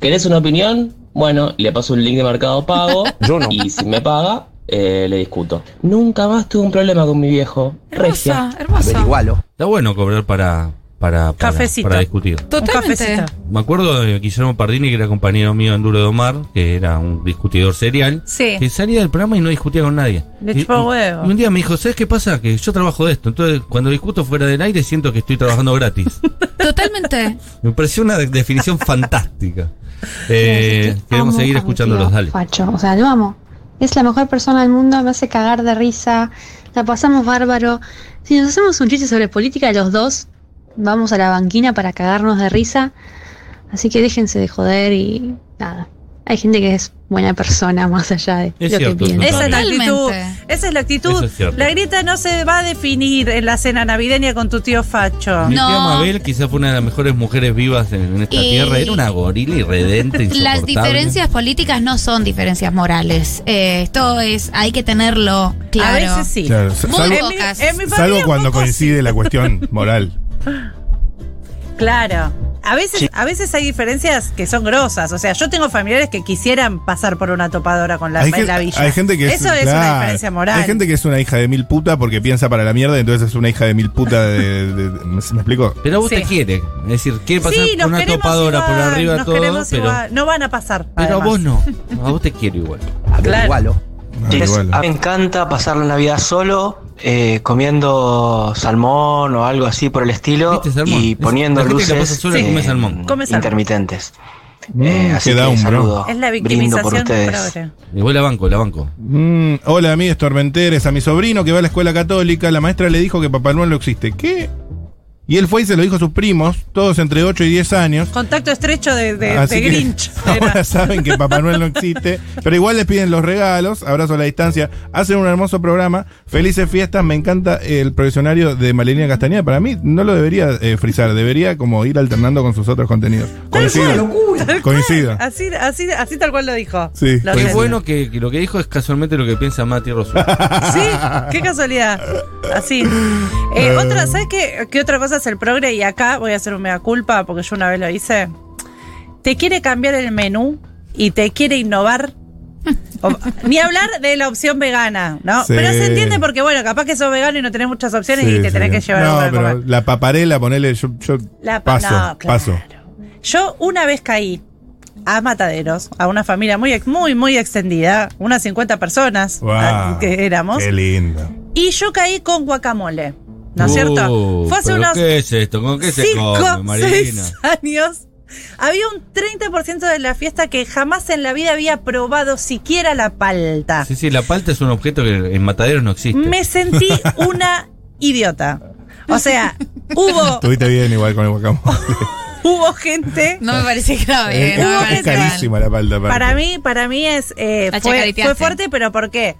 [SPEAKER 10] ¿Querés una opinión? Bueno, le paso un link de mercado pago.
[SPEAKER 11] Yo no.
[SPEAKER 10] Y si me paga, eh, le discuto. Nunca más tuve un problema con mi viejo.
[SPEAKER 6] Hermoso,
[SPEAKER 10] Recia.
[SPEAKER 6] hermoso.
[SPEAKER 11] Averigualo.
[SPEAKER 3] Está bueno cobrar para, para, para,
[SPEAKER 4] Cafecito.
[SPEAKER 3] para discutir.
[SPEAKER 4] Un
[SPEAKER 6] Totalmente.
[SPEAKER 4] cafecito.
[SPEAKER 3] Me acuerdo de Guillermo Pardini, que era compañero mío en Duro de Omar, que era un discutidor serial,
[SPEAKER 4] Sí.
[SPEAKER 3] que salía del programa y no discutía con nadie.
[SPEAKER 4] Le
[SPEAKER 3] Y-
[SPEAKER 4] chupaba
[SPEAKER 3] y-
[SPEAKER 4] huevo.
[SPEAKER 3] Y un día me dijo, ¿sabes qué pasa? Que yo trabajo de esto, entonces cuando discuto fuera del aire siento que estoy trabajando gratis.
[SPEAKER 6] Totalmente.
[SPEAKER 3] me pareció una de- definición fantástica. Eh, queremos seguir escuchándolos, dale.
[SPEAKER 12] Facho, o sea, lo amo. Es la mejor persona del mundo, me hace cagar de risa, la pasamos bárbaro. Si nos hacemos un chiste sobre política los dos, vamos a la banquina para cagarnos de risa. Así que déjense de joder y nada. Hay gente que es buena persona más allá de
[SPEAKER 3] Es
[SPEAKER 12] lo
[SPEAKER 3] cierto,
[SPEAKER 12] que piensa.
[SPEAKER 4] Esa es la
[SPEAKER 6] Totalmente.
[SPEAKER 4] actitud. Esa es la actitud.
[SPEAKER 3] Eso es cierto.
[SPEAKER 4] la grita no se va a definir en la cena navideña con tu tío Facho.
[SPEAKER 3] Mi
[SPEAKER 6] No.
[SPEAKER 3] tía Mabel quizás fue una de las mejores mujeres vivas en, en esta
[SPEAKER 6] Y-
[SPEAKER 3] tierra. Era una gorila irredente,
[SPEAKER 6] Las
[SPEAKER 3] insoportable.
[SPEAKER 6] diferencias políticas no son diferencias morales. Eh, esto es, hay que tenerlo
[SPEAKER 4] A
[SPEAKER 6] claro.
[SPEAKER 4] veces sí.
[SPEAKER 5] Claro, sa-
[SPEAKER 6] Muy
[SPEAKER 5] salvo,
[SPEAKER 4] En mi-
[SPEAKER 6] pocas.
[SPEAKER 4] en mi familia
[SPEAKER 5] salvo cuando
[SPEAKER 4] un poco sí.
[SPEAKER 5] coincide la cuestión moral.
[SPEAKER 4] Claro. A veces, a veces hay diferencias que son grosas. O sea, yo tengo familiares que quisieran pasar por una topadora con la,
[SPEAKER 5] hay,
[SPEAKER 4] en la
[SPEAKER 5] gen-
[SPEAKER 4] villa.
[SPEAKER 5] hay gente que
[SPEAKER 4] Eso es
[SPEAKER 5] claro,
[SPEAKER 4] una diferencia moral.
[SPEAKER 5] Hay gente que es una hija de mil puta porque piensa para la mierda, entonces es una hija de mil puta de, de- de- ¿me, me explico?
[SPEAKER 3] Pero vos
[SPEAKER 4] Sí.
[SPEAKER 3] te quiere. Es decir, quiere pasar
[SPEAKER 4] sí,
[SPEAKER 3] por
[SPEAKER 4] nos
[SPEAKER 3] una
[SPEAKER 4] queremos
[SPEAKER 3] topadora
[SPEAKER 4] igual,
[SPEAKER 3] por arriba de
[SPEAKER 4] nos
[SPEAKER 3] todo,
[SPEAKER 4] queremos
[SPEAKER 3] pero,
[SPEAKER 4] igual. No van a pasar.
[SPEAKER 3] pero a
[SPEAKER 4] además.
[SPEAKER 3] vos no. A vos te quiero igual.
[SPEAKER 11] Averigualo.
[SPEAKER 5] No, Ah, igual.
[SPEAKER 2] me encanta pasar la Navidad solo, eh, comiendo salmón o algo así por el estilo
[SPEAKER 3] ¿Viste salmón?
[SPEAKER 2] y
[SPEAKER 3] Es-
[SPEAKER 2] poniendo
[SPEAKER 3] la gente que la
[SPEAKER 2] luces eh,
[SPEAKER 3] pasa sola come salmón.
[SPEAKER 4] Come salmón.
[SPEAKER 2] intermitentes.
[SPEAKER 5] Mm,
[SPEAKER 2] Eh, así
[SPEAKER 5] qué
[SPEAKER 2] que
[SPEAKER 5] down, bro.
[SPEAKER 2] saludo.
[SPEAKER 4] Es
[SPEAKER 2] Brindo
[SPEAKER 4] la
[SPEAKER 2] por
[SPEAKER 4] victimización
[SPEAKER 2] ustedes.
[SPEAKER 4] progre.
[SPEAKER 3] Igual la banco, la banco.
[SPEAKER 5] Mm, hola, amigos tormenteres, a mi sobrino que va a la escuela católica, la maestra le dijo que Papá Noel no existe. ¿Qué? Y él fue y se lo dijo a sus primos, todos entre 8 y 10 años.
[SPEAKER 4] Contacto estrecho de, de-
[SPEAKER 5] Así
[SPEAKER 4] de
[SPEAKER 5] que
[SPEAKER 4] Grinch.
[SPEAKER 5] Ahora saben que Papá Noel no existe, pero igual les piden los regalos, abrazo a la distancia, hacen un hermoso programa, felices fiestas, me encanta el profesionario de Malenia Castañeda, para mí no lo debería eh, frizar, debería como ir alternando con sus otros contenidos. Coincido. Coincido.
[SPEAKER 4] Así, así, así tal cual lo dijo. Lo
[SPEAKER 5] Sí. Qué
[SPEAKER 3] Qué
[SPEAKER 4] oyente.
[SPEAKER 3] bueno que, que lo que dijo es casualmente lo que piensa Mati Rosu.
[SPEAKER 4] Sí, qué casualidad. Así. Eh, otra, ¿sabes qué, qué otra cosa es el progre? Y acá voy a hacer un mea culpa porque yo una vez lo hice. Te quiere cambiar el menú y te quiere innovar. O- ni hablar de la opción vegana, ¿no?
[SPEAKER 5] Sí.
[SPEAKER 4] Pero se entiende porque, bueno, capaz que sos vegano y no tenés muchas opciones
[SPEAKER 5] Sí,
[SPEAKER 4] y te
[SPEAKER 5] sí.
[SPEAKER 4] tenés que llevar algo
[SPEAKER 5] No,
[SPEAKER 4] para
[SPEAKER 5] pero
[SPEAKER 4] comer.
[SPEAKER 5] la paparela, ponele, yo, yo
[SPEAKER 4] La pa-
[SPEAKER 5] paso,
[SPEAKER 4] no, claro.
[SPEAKER 5] paso.
[SPEAKER 4] Yo una vez caí a Mataderos, a una familia muy, ex- muy, muy extendida, unas 50 personas
[SPEAKER 5] Wow,
[SPEAKER 4] ah, que éramos.
[SPEAKER 5] Qué lindo.
[SPEAKER 4] Y yo caí con guacamole. ¿No es
[SPEAKER 3] Uh,
[SPEAKER 4] cierto? Fue hace
[SPEAKER 3] pero
[SPEAKER 4] unos
[SPEAKER 3] ¿Qué es esto? ¿Con qué se come,
[SPEAKER 4] 5,
[SPEAKER 3] Marilina?
[SPEAKER 4] 6 años. Había un 30% de la fiesta que jamás en la vida había probado siquiera la palta.
[SPEAKER 3] Sí, sí, la palta es un objeto que en mataderos no existe.
[SPEAKER 4] Me sentí una idiota. O sea, hubo,
[SPEAKER 5] Estuviste bien igual con el guacamole.
[SPEAKER 4] hubo gente.
[SPEAKER 6] No me parece grave.
[SPEAKER 5] es,
[SPEAKER 6] no me
[SPEAKER 5] Eh, es
[SPEAKER 6] parece mal.
[SPEAKER 5] carísima la palta. aparte.
[SPEAKER 4] Para mí, para mí es eh,
[SPEAKER 6] La
[SPEAKER 4] fue,
[SPEAKER 6] chacariteaste.
[SPEAKER 4] fue fuerte, pero ¿por qué?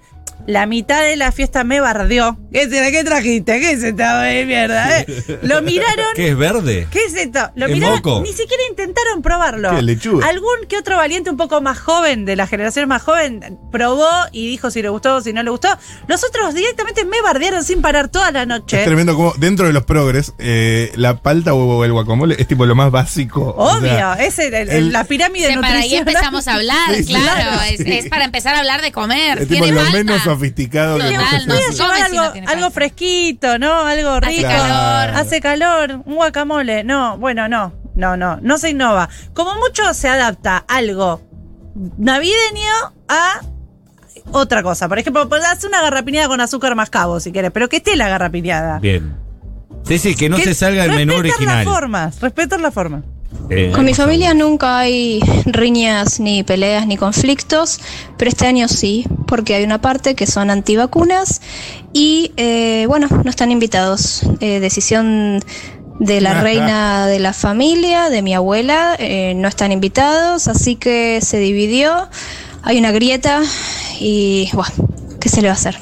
[SPEAKER 4] La mitad de la fiesta me bardeó. ¿Qué, será? ¿Qué trajiste? ¿Qué se estaba de mierda? eh? Lo miraron
[SPEAKER 3] ¿Qué es verde?
[SPEAKER 4] ¿Qué es esto? Lo
[SPEAKER 3] Es
[SPEAKER 4] miraron,
[SPEAKER 3] moco.
[SPEAKER 4] ni siquiera intentaron probarlo.
[SPEAKER 5] Qué lechuga.
[SPEAKER 4] Algún que otro valiente un poco más joven, de la generación más joven, probó y dijo si le gustó o si no le gustó. Los otros directamente me bardearon sin parar toda la
[SPEAKER 5] Es
[SPEAKER 4] noche.
[SPEAKER 5] tremendo como dentro de los progres, eh, la palta o el guacamole es tipo lo más básico. o
[SPEAKER 4] Obvio,
[SPEAKER 5] sea,
[SPEAKER 4] es el- el-
[SPEAKER 5] el-
[SPEAKER 4] la pirámide
[SPEAKER 6] Se- para ahí
[SPEAKER 4] nutricional.
[SPEAKER 6] empezamos a hablar,
[SPEAKER 5] Sí, sí.
[SPEAKER 6] claro.
[SPEAKER 5] Sí.
[SPEAKER 6] Es, es para empezar a hablar de comer.
[SPEAKER 5] es tipo
[SPEAKER 6] Tiene
[SPEAKER 5] lo
[SPEAKER 6] falta.
[SPEAKER 5] menos sofisticado que
[SPEAKER 6] Total,
[SPEAKER 5] vos
[SPEAKER 6] no.
[SPEAKER 4] Voy a
[SPEAKER 5] haces.
[SPEAKER 6] Come
[SPEAKER 4] llevar
[SPEAKER 6] si no
[SPEAKER 4] Ah, algo,
[SPEAKER 6] tiene
[SPEAKER 4] algo
[SPEAKER 6] falta.
[SPEAKER 4] fresquito, ¿no? Algo
[SPEAKER 6] Hace
[SPEAKER 4] rico.
[SPEAKER 6] calor.
[SPEAKER 4] Hace calor, un guacamole. No, bueno, no, no, no, no se innova. Como mucho se adapta algo navideño a otra cosa. Por ejemplo, pues, haz una garrapiñada con azúcar mascabo si quieres, pero que esté la garrapiñada.
[SPEAKER 3] Bien. Sí, sí, que no
[SPEAKER 4] Que
[SPEAKER 3] se salga del menú
[SPEAKER 4] respetar
[SPEAKER 3] original.
[SPEAKER 4] las formas, respetar la forma.
[SPEAKER 3] Eh,
[SPEAKER 11] Con mi familia nunca hay riñas, ni peleas, ni conflictos, pero este año sí, porque hay una parte que son antivacunas y, eh, bueno, no están invitados. Eh, decisión de la reina de la familia, de mi abuela, eh, no están invitados, así que se dividió, hay una grieta y, bueno, ¿qué se le va a hacer?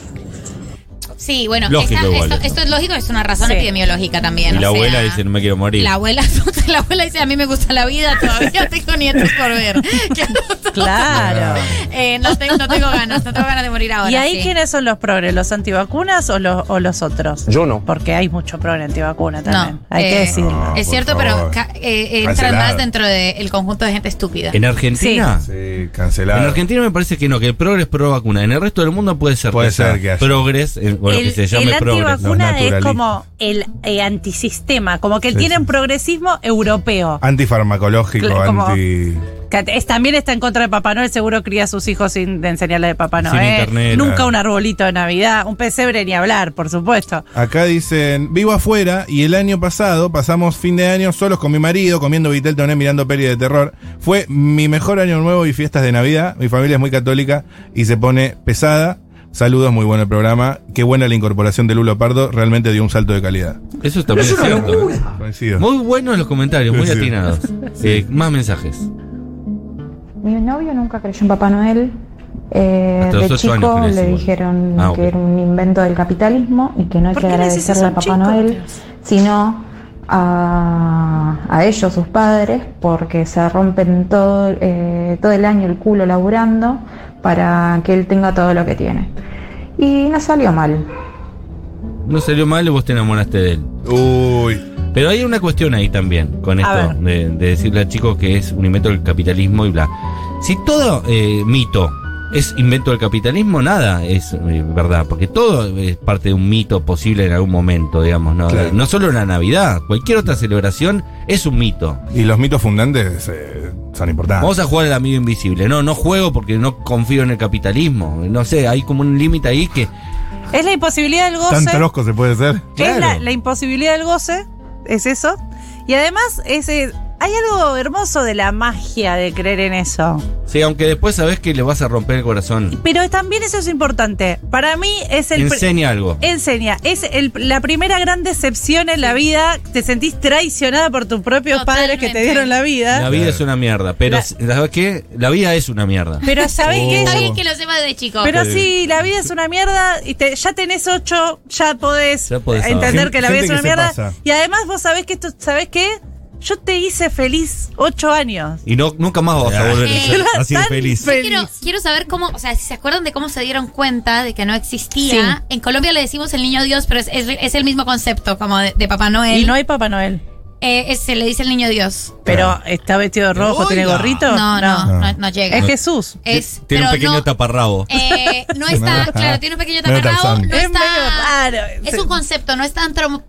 [SPEAKER 6] Sí, bueno,
[SPEAKER 3] Lógico
[SPEAKER 6] esta-
[SPEAKER 3] igual,
[SPEAKER 6] esto,
[SPEAKER 3] ¿no?
[SPEAKER 6] esto es lógico, es una razón
[SPEAKER 4] Sí.
[SPEAKER 6] epidemiológica
[SPEAKER 3] Y
[SPEAKER 6] también.
[SPEAKER 3] la
[SPEAKER 6] o sea,
[SPEAKER 3] abuela dice, no me quiero morir.
[SPEAKER 6] La abuela, la abuela dice, a mí me gusta la vida, todavía tengo nietos por ver. Claro.
[SPEAKER 4] Claro.
[SPEAKER 6] Eh, no, te- no tengo ganas, no tengo ganas de morir ahora.
[SPEAKER 4] ¿Y ahí
[SPEAKER 6] sí.
[SPEAKER 4] quiénes son los progres? ¿Los antivacunas o los, o los otros?
[SPEAKER 2] Yo no.
[SPEAKER 4] Porque hay mucho progre antivacuna también.
[SPEAKER 6] No,
[SPEAKER 4] hay
[SPEAKER 6] eh,
[SPEAKER 4] que decirlo.
[SPEAKER 5] No.
[SPEAKER 6] Es
[SPEAKER 5] por
[SPEAKER 6] cierto, pero
[SPEAKER 5] favor.
[SPEAKER 6] ca- eh, entran
[SPEAKER 5] Cancelado.
[SPEAKER 6] más dentro del conjunto de gente estúpida.
[SPEAKER 3] ¿En Argentina?
[SPEAKER 5] Sí,
[SPEAKER 3] En
[SPEAKER 5] cancelado.
[SPEAKER 3] Argentina me parece que no, que el progres pro vacuna. En el resto del mundo puede ser
[SPEAKER 5] Puede
[SPEAKER 3] que sea
[SPEAKER 5] ser que haya.
[SPEAKER 3] progres, eh, o lo que
[SPEAKER 4] El,
[SPEAKER 3] se
[SPEAKER 4] el
[SPEAKER 3] llame progres.
[SPEAKER 5] los
[SPEAKER 4] antivacuna es
[SPEAKER 5] naturalistas.
[SPEAKER 4] como el eh, antisistema, como que
[SPEAKER 5] Sí,
[SPEAKER 4] tienen
[SPEAKER 5] sí.
[SPEAKER 4] progresismo europeo.
[SPEAKER 3] Ah.
[SPEAKER 5] Antifarmacológico,
[SPEAKER 4] Cl- como-
[SPEAKER 5] anti.
[SPEAKER 4] Que es- también está en contra de Papá Noel, seguro cría a sus hijos sin de enseñarle de Papá
[SPEAKER 3] Sin
[SPEAKER 4] Noel.
[SPEAKER 3] internet,
[SPEAKER 4] Nunca
[SPEAKER 5] claro.
[SPEAKER 4] un arbolito de Navidad, un pesebre ni hablar, por supuesto.
[SPEAKER 5] Acá dicen, vivo afuera y el año pasado pasamos fin de año solos con mi marido, comiendo vitel toné, mirando peli de terror. Fue mi mejor año nuevo y fiestas de Navidad. Mi familia es muy católica y se pone pesada. Saludos, muy bueno el programa. Qué buena la incorporación de Lulo Pardo, realmente dio un salto de calidad.
[SPEAKER 3] Eso también es cierto. ¿eh?
[SPEAKER 5] Coincido.
[SPEAKER 3] Muy buenos los comentarios, muy
[SPEAKER 5] Sí.
[SPEAKER 3] atinados. Eh, más mensajes.
[SPEAKER 13] Mi novio nunca creyó en Papá Noel. Eh,
[SPEAKER 3] Hasta los
[SPEAKER 13] de
[SPEAKER 3] ocho
[SPEAKER 13] chico
[SPEAKER 3] años crees
[SPEAKER 13] le
[SPEAKER 3] igual.
[SPEAKER 13] dijeron
[SPEAKER 3] Ah, ok.
[SPEAKER 13] que era un invento del capitalismo y que no hay
[SPEAKER 4] ¿Por
[SPEAKER 13] que
[SPEAKER 4] qué le decís
[SPEAKER 13] agradecerle
[SPEAKER 4] eso
[SPEAKER 13] a Papá
[SPEAKER 4] a un chico?
[SPEAKER 13] Noel, sino a, a ellos, sus padres, porque se rompen todo, eh, todo el año el culo laburando para que él tenga todo lo que tiene. Y no salió mal.
[SPEAKER 3] No salió mal y vos te enamoraste de él.
[SPEAKER 5] Uh. Uy,
[SPEAKER 3] Pero hay una cuestión ahí también, con
[SPEAKER 4] A
[SPEAKER 3] esto de, de decirle al chico que es un invento del capitalismo y bla. Si todo eh, mito es invento del capitalismo, nada es eh, verdad, porque todo es parte de un mito posible en algún momento, digamos. No,
[SPEAKER 5] Claro.
[SPEAKER 3] no solo la Navidad, cualquier otra celebración es un mito.
[SPEAKER 5] y los mitos fundantes eh, son importantes.
[SPEAKER 3] Vamos a jugar al amigo invisible. No, no juego porque no confío en el capitalismo. No sé, hay como un límite ahí que...
[SPEAKER 4] Es la imposibilidad del goce.
[SPEAKER 5] Tan trosco se puede
[SPEAKER 4] Es
[SPEAKER 5] ser.
[SPEAKER 4] la,
[SPEAKER 3] Claro.
[SPEAKER 4] la imposibilidad del goce, es eso. Y además, ese, hay algo hermoso de la magia de creer en eso.
[SPEAKER 3] Sí, aunque después sabes que le vas a romper el corazón.
[SPEAKER 4] Pero también eso es importante. Para mí es el... pr-
[SPEAKER 3] Enseña algo.
[SPEAKER 4] Enseña, es el- la primera gran decepción en la vida. Te sentís traicionada por tus propios padres que te
[SPEAKER 6] Totalmente.
[SPEAKER 4] dieron la vida.
[SPEAKER 3] La vida es una mierda, pero
[SPEAKER 4] La-
[SPEAKER 3] ¿sabes qué? La vida es una mierda.
[SPEAKER 4] Pero sabés
[SPEAKER 5] Oh.
[SPEAKER 4] que
[SPEAKER 6] Está bien que lo sepa de chico.
[SPEAKER 4] Pero sí, la vida es una mierda. Y te- ya tenés ocho, ya podés,
[SPEAKER 3] Ya podés
[SPEAKER 4] entender
[SPEAKER 5] saber.
[SPEAKER 4] que la vida
[SPEAKER 5] Gente
[SPEAKER 4] es
[SPEAKER 5] que
[SPEAKER 4] una
[SPEAKER 5] se
[SPEAKER 4] mierda.
[SPEAKER 5] pasa.
[SPEAKER 4] Y además vos sabés que esto, ¿sabés qué? Yo te hice feliz ocho años.
[SPEAKER 3] Y no, nunca más vas a volver a ser así de
[SPEAKER 4] Tan
[SPEAKER 3] feliz.
[SPEAKER 6] Yo quiero, quiero saber cómo, o sea, si se acuerdan de cómo se dieron cuenta de que no existía. En Colombia le decimos el niño Dios, pero es, es- es el mismo concepto como de, de Papá Noel.
[SPEAKER 4] Y no hay Papá Noel.
[SPEAKER 6] Eh, es- se le dice el niño Dios.
[SPEAKER 3] Ah.
[SPEAKER 4] Pero está vestido de rojo, tiene gorrito.
[SPEAKER 6] No, no, no, no, llega.
[SPEAKER 4] Es Jesús.
[SPEAKER 6] Es-
[SPEAKER 3] Tiene un
[SPEAKER 6] pero
[SPEAKER 3] pequeño
[SPEAKER 6] no,
[SPEAKER 3] taparrabo.
[SPEAKER 6] eh, no está, claro, tiene un pequeño
[SPEAKER 5] No era
[SPEAKER 6] taparrabo.
[SPEAKER 5] Tarzán.
[SPEAKER 6] No
[SPEAKER 4] es medio
[SPEAKER 6] está.
[SPEAKER 4] raro.
[SPEAKER 6] Es un concepto, no está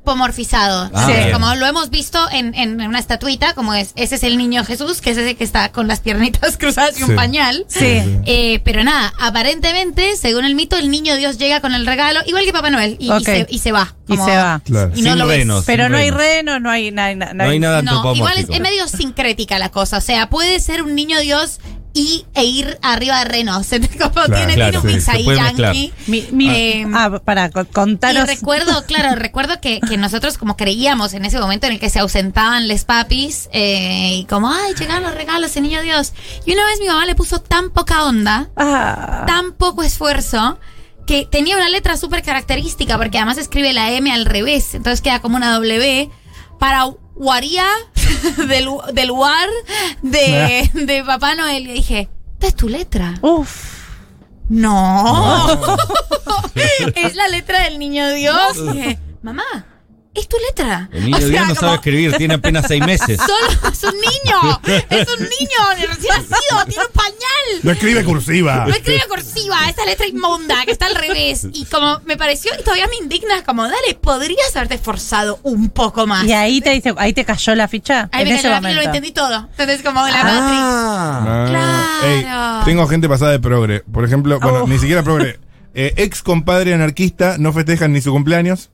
[SPEAKER 6] antropomorfizado.
[SPEAKER 3] Ah,
[SPEAKER 6] Sí.
[SPEAKER 3] bien.
[SPEAKER 6] Como lo hemos visto en, en una estatuita, como es, ese es el niño Jesús, que es ese que está con las piernitas cruzadas y un
[SPEAKER 5] Sí.
[SPEAKER 6] pañal.
[SPEAKER 4] Sí.
[SPEAKER 6] Eh, pero nada, aparentemente, según el mito, el niño Dios llega con el regalo, igual que Papá Noel, y, y
[SPEAKER 4] Ok.
[SPEAKER 6] se, y se va.
[SPEAKER 4] Y
[SPEAKER 6] como-
[SPEAKER 4] se va.
[SPEAKER 5] Claro.
[SPEAKER 6] Y no
[SPEAKER 3] Sin
[SPEAKER 6] lo ves.
[SPEAKER 3] renos,
[SPEAKER 4] Pero
[SPEAKER 3] sin
[SPEAKER 4] no hay
[SPEAKER 3] renos.
[SPEAKER 4] renos, no hay, na- na-
[SPEAKER 3] No hay nada
[SPEAKER 6] No,
[SPEAKER 3] antropomórfico.
[SPEAKER 6] igual es, es medio sincrética la cosa. O sea, puede ser un niño Dios y e ir arriba de Reno. Se te- como
[SPEAKER 5] Claro,
[SPEAKER 6] tiene,
[SPEAKER 3] claro,
[SPEAKER 6] tiene un
[SPEAKER 3] sí,
[SPEAKER 6] mix
[SPEAKER 3] se
[SPEAKER 6] ahí
[SPEAKER 3] puede
[SPEAKER 6] yankee.
[SPEAKER 4] Mi- mi-
[SPEAKER 6] Eh,
[SPEAKER 4] ah, para
[SPEAKER 6] Y
[SPEAKER 4] contaros.
[SPEAKER 6] recuerdo, claro, recuerdo que, que nosotros como creíamos en ese momento en el que se ausentaban les papis eh, y como, ay, llegaron los regalos, el niño Dios. Y una vez mi mamá le puso tan poca onda
[SPEAKER 4] Ah.
[SPEAKER 6] tan poco esfuerzo que tenía una letra súper característica, porque además escribe la M al revés, entonces queda como una W para Guaría del, del War
[SPEAKER 3] Ah.
[SPEAKER 6] de, de Papá Noel. Y dije, esta es tu letra.
[SPEAKER 4] Uf.
[SPEAKER 6] No. es la letra del niño Dios. Y dije, Mamá, es tu letra.
[SPEAKER 3] El niño
[SPEAKER 6] O sea,
[SPEAKER 3] Dios no
[SPEAKER 6] como-
[SPEAKER 3] sabe escribir, tiene apenas seis meses.
[SPEAKER 6] Solo es un niño. Es un niño recién nacido. Tiene un pañal.
[SPEAKER 5] No escribe cursiva.
[SPEAKER 6] No escribe cursiva, esa letra inmunda que está al revés. Y como me pareció, y todavía me indigna, como, dale, podrías haberte esforzado un poco más.
[SPEAKER 4] Y ahí te dice, ahí te cayó la ficha.
[SPEAKER 6] Ah. Ahí
[SPEAKER 4] en
[SPEAKER 6] me
[SPEAKER 4] ese
[SPEAKER 6] cayó la ficha,
[SPEAKER 4] momento.
[SPEAKER 6] lo entendí todo. Entonces, como la matriz.
[SPEAKER 3] Ah.
[SPEAKER 5] Ah,
[SPEAKER 6] Claro.
[SPEAKER 5] ey, tengo gente pasada de progre. Por ejemplo, bueno, ni siquiera progre. Eh, ex compadre anarquista no festejan ni su cumpleaños.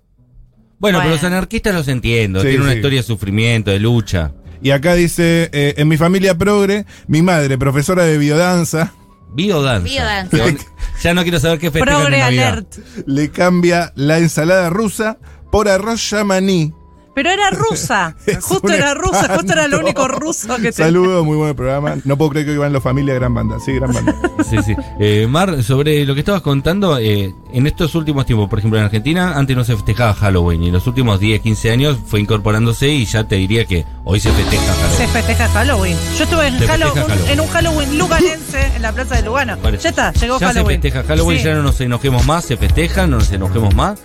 [SPEAKER 3] Bueno,
[SPEAKER 4] Bueno.
[SPEAKER 3] pero los anarquistas los entiendo.
[SPEAKER 5] Sí,
[SPEAKER 3] Tienen una
[SPEAKER 5] sí.
[SPEAKER 3] historia de sufrimiento, de lucha.
[SPEAKER 5] Y acá dice, eh, en mi familia progre, mi madre, profesora de biodanza.
[SPEAKER 3] Biodanza.
[SPEAKER 6] Biodanza.
[SPEAKER 3] Con- ya no quiero saber qué festejan en
[SPEAKER 4] Progre
[SPEAKER 3] Navidad.
[SPEAKER 4] alert.
[SPEAKER 5] Le cambia la ensalada rusa por arroz yamaní.
[SPEAKER 4] Pero era rusa.
[SPEAKER 5] Es
[SPEAKER 4] justo
[SPEAKER 5] un
[SPEAKER 4] era rusa. Justo era lo único
[SPEAKER 5] espanto.
[SPEAKER 4] ruso que tenía.
[SPEAKER 5] Saludos, muy buen programa. No puedo creer que iban los familia Gran Banda. Sí, Gran Banda.
[SPEAKER 3] Sí, sí. Eh, Mar, sobre lo que estabas contando, eh, en estos últimos tiempos, por ejemplo en Argentina, antes no se festejaba Halloween y en los últimos 10, 15 años fue incorporándose y ya te diría que hoy se festeja Halloween.
[SPEAKER 4] Se festeja Halloween. Yo estuve en,
[SPEAKER 3] Se
[SPEAKER 4] Hallow-
[SPEAKER 3] festeja
[SPEAKER 4] un-
[SPEAKER 3] Halloween.
[SPEAKER 4] en un Halloween luganense en la plaza de Lugano.
[SPEAKER 3] Parece.
[SPEAKER 4] Ya está, llegó
[SPEAKER 3] ya
[SPEAKER 4] Halloween.
[SPEAKER 3] se festeja Halloween,
[SPEAKER 4] Sí.
[SPEAKER 3] ya no nos enojemos más, se festeja, no nos enojemos más.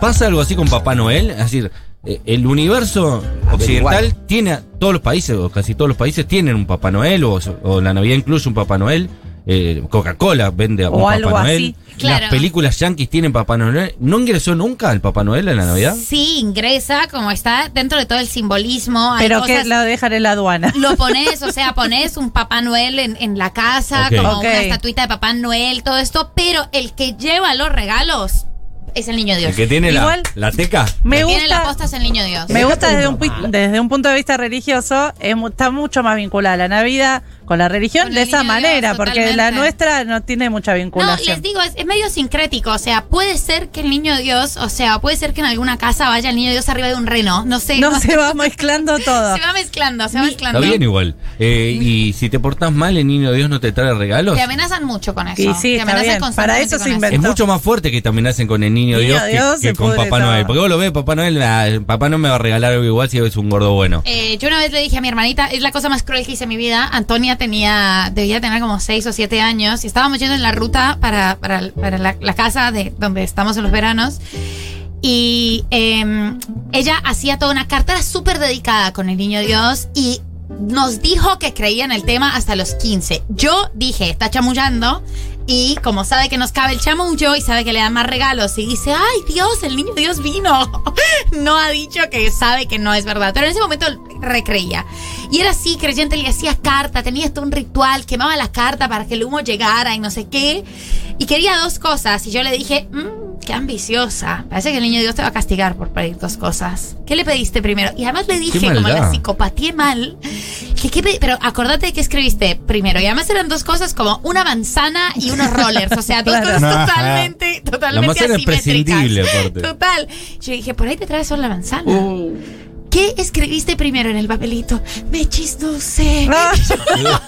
[SPEAKER 3] Pasa algo así con Papá Noel, es decir, eh, el universo occidental tiene, a- todos los países, o casi todos los países tienen un Papá Noel, o, o la Navidad incluye un Papá Noel. eh, Coca-Cola vende a
[SPEAKER 4] O
[SPEAKER 3] un Papá
[SPEAKER 4] algo
[SPEAKER 3] Noel.
[SPEAKER 4] así.
[SPEAKER 6] Claro.
[SPEAKER 3] Las películas yankees tienen Papá Noel. ¿No ingresó nunca el Papá Noel en la Navidad?
[SPEAKER 6] Sí, ingresa, como está dentro de todo el simbolismo. hay
[SPEAKER 4] Pero que
[SPEAKER 6] cosas-
[SPEAKER 4] la dejan en la aduana.
[SPEAKER 6] Lo pones, o sea, pones un Papá Noel en, en la casa,
[SPEAKER 3] Ok.
[SPEAKER 6] como
[SPEAKER 4] Ok.
[SPEAKER 6] una estatuita de Papá Noel, todo esto, pero el que lleva los regalos es el niño Dios.
[SPEAKER 3] El que tiene la-
[SPEAKER 4] Igual-
[SPEAKER 3] la, teca.
[SPEAKER 4] Me
[SPEAKER 6] El que tiene la
[SPEAKER 4] gusta.
[SPEAKER 6] posta es el niño Dios.
[SPEAKER 4] Me gusta desde un, pu- desde un punto de vista religioso, es mu- está mucho más vinculada la Navidad con la religión
[SPEAKER 6] Con el
[SPEAKER 4] de esa
[SPEAKER 6] niño Dios,
[SPEAKER 4] manera, porque la
[SPEAKER 6] totalmente.
[SPEAKER 4] nuestra no tiene mucha
[SPEAKER 6] No,
[SPEAKER 4] vinculación.
[SPEAKER 6] les digo, es, es medio sincrético, o sea, puede ser que el niño Dios, o sea, puede ser que en alguna casa vaya el niño Dios arriba de un reno, no sé.
[SPEAKER 4] no se va mezclando todo.
[SPEAKER 6] se va mezclando, se va mezclando.
[SPEAKER 3] Está bien igual. Eh, y si te portás mal, el niño Dios no te trae regalos.
[SPEAKER 6] Te amenazan mucho con eso.
[SPEAKER 4] Y sí,
[SPEAKER 6] te
[SPEAKER 4] está
[SPEAKER 6] amenazan
[SPEAKER 4] bien. Para
[SPEAKER 6] constantemente
[SPEAKER 4] eso se
[SPEAKER 6] con
[SPEAKER 4] inventó.
[SPEAKER 3] Es mucho más fuerte que te amenacen con el niño,
[SPEAKER 4] Niño
[SPEAKER 3] Dios, que-
[SPEAKER 4] Dios,
[SPEAKER 3] que,
[SPEAKER 4] se
[SPEAKER 3] con
[SPEAKER 4] pudre
[SPEAKER 3] Papá
[SPEAKER 4] todo.
[SPEAKER 3] Noel. Porque vos lo ves, Papá Noel, ah, Papá Noel me va a regalar algo igual si es un gordo bueno.
[SPEAKER 6] Eh, yo una vez le dije a mi hermanita, es la cosa más cruel que hice en mi vida. Antonia tenía, debía tener como 6 o 7 años y estábamos yendo en la ruta para, para- para la, la casa de donde estamos en los veranos. Y eh, ella hacía toda una carta, era súper dedicada con el niño Dios y nos dijo que creía en el tema hasta los 15. Yo dije, está chamullando. Y como sabe que nos cabe el chamullo y sabe que le dan más regalos, y dice, ay Dios, el niño Dios vino no ha dicho que sabe que no es verdad, pero en ese momento recreía. Y era así, creyente, le hacía carta, tenía todo un ritual, quemaba la carta para que el humo llegara y no sé qué. Y quería dos cosas, y yo le dije, "Mm, qué ambiciosa, parece que el niño Dios te va a castigar por pedir dos cosas. ¿Qué le pediste primero? Y además le dije, como
[SPEAKER 3] maldad.
[SPEAKER 6] la psicopatía mal, que, qué pe- pero acordate de qué escribiste primero. Y además eran dos cosas como una manzana y unos rollers, o sea, dos
[SPEAKER 4] Claro.
[SPEAKER 6] cosas totalmente,
[SPEAKER 3] La
[SPEAKER 6] totalmente
[SPEAKER 3] manzana es
[SPEAKER 6] asimétricas.
[SPEAKER 3] prescindible, aparte.
[SPEAKER 6] Total. Yo dije, por ahí te traes solo la manzana. ¿Qué escribiste primero en el papelito? Me chisnose.
[SPEAKER 4] Ah.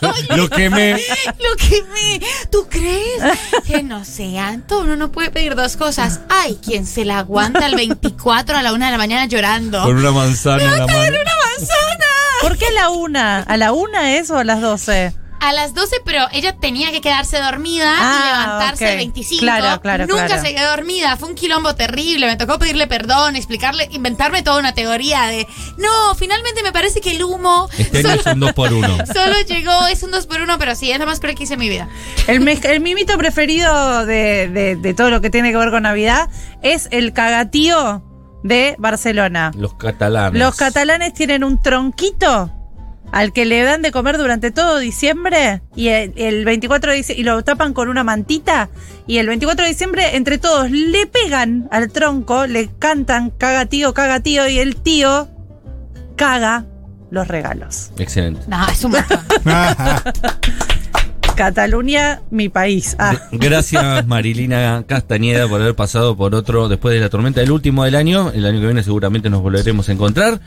[SPEAKER 3] lo quemé.
[SPEAKER 6] Lo que me. ¿Tú crees? Que no sé, Anto, uno no puede pedir dos cosas. Ay, quien se la aguanta al 24 a la una de la mañana llorando.
[SPEAKER 3] Con una manzana en la mano.
[SPEAKER 6] ¡Una manzana!
[SPEAKER 4] ¿Por qué a la una? ¿A la una es o a las doce?
[SPEAKER 6] A las 12, pero ella tenía que quedarse dormida y
[SPEAKER 4] Ah,
[SPEAKER 6] levantarse
[SPEAKER 4] ok.
[SPEAKER 6] al 25.
[SPEAKER 4] Claro, claro,
[SPEAKER 6] Nunca
[SPEAKER 4] claro.
[SPEAKER 6] se quedó dormida. Fue un quilombo terrible. Me tocó pedirle perdón, explicarle, inventarme toda una teoría de. No, finalmente me parece que el humo
[SPEAKER 3] Este año es un 2 por 1
[SPEAKER 6] solo llegó. Es un 2 por 1 pero sí, es lo más cruel que hice en mi vida.
[SPEAKER 4] El, mez- el mimito preferido de, de- de todo lo que tiene que ver con Navidad es el cagatío de Barcelona.
[SPEAKER 3] Los catalanes.
[SPEAKER 4] Los catalanes tienen un tronquito al que le dan de comer durante todo diciembre y el, el 24 de diciembre, y lo tapan con una mantita y el 24 de diciembre entre todos le pegan al tronco, le cantan caga tío, caga tío y el tío caga los regalos.
[SPEAKER 3] Excelente.
[SPEAKER 6] No, es un montón.
[SPEAKER 4] Cataluña, mi país. Ah,
[SPEAKER 3] Gracias Marilina Castañeda por haber pasado por otro después de la tormenta, el último del año. El año que viene seguramente nos volveremos a encontrar.